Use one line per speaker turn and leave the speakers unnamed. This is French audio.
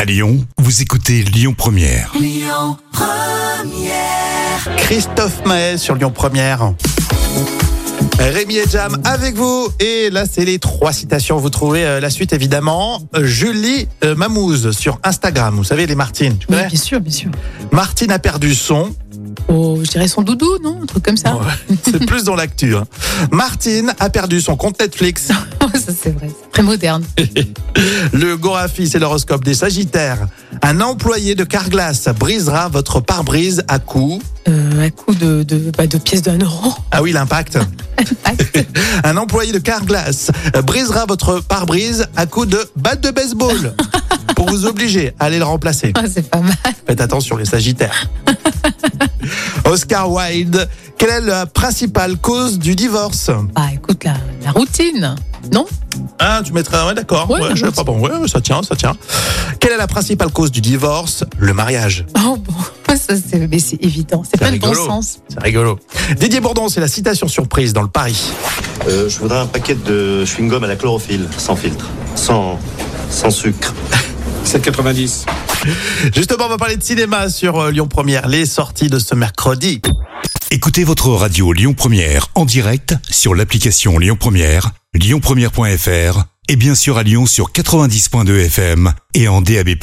À Lyon, vous écoutez Lyon Première.
Christophe Maé sur Lyon Première. Rémi et Jam avec vous. Et là, c'est les trois citations. Vous trouvez euh, la suite, évidemment. Euh, Julie euh, Mamouze sur Instagram. Vous savez, les Martines. Tu
Oui,
connais
bien sûr, bien sûr.
Martine a perdu son.
Oh, je dirais son doudou, non Un truc comme ça.
Ouais, c'est plus dans l'actu. hein. Martine a perdu son compte Netflix.
ça, c'est vrai. c'est Très moderne.
Le Gorafi, c'est l'horoscope des Sagittaires. Un employé de Carglass brisera votre pare-brise à coup.
Euh, à coup de, de, bah, de pièces d'un euro.
Ah oui, l'impact.
Ah,
Un employé de Carglass brisera votre pare-brise à coup de batte de baseball pour vous obliger à aller le remplacer.
ah, c'est pas mal.
Faites attention les Sagittaires. Oscar Wilde, quelle est la principale cause du divorce
Bah, écoute, la, la routine, non
Ah, tu mettrais ouais d'accord.
Ouais,
Ouais, je sais pas bon. Ouais, ouais, ça tient, ça tient. Quelle est la principale cause du divorce Le mariage.
Oh, bon, ça, c'est mais c'est évident. C'est
C'est
pas le bon
rigolo.
sens.
C'est rigolo. Didier Bourdon, c'est la citation surprise dans le Paris.
Euh, je voudrais un paquet de chewing-gum à la chlorophylle, sans filtre, sans, sans sucre.
7,90.
Justement, on va parler de cinéma sur euh, Lyon Première, les sorties de ce mercredi.
Écoutez votre radio Lyon Première en direct sur l'application Lyon Première, lyonpremière.fr et bien sûr à Lyon sur 90.2 FM et en DAB+.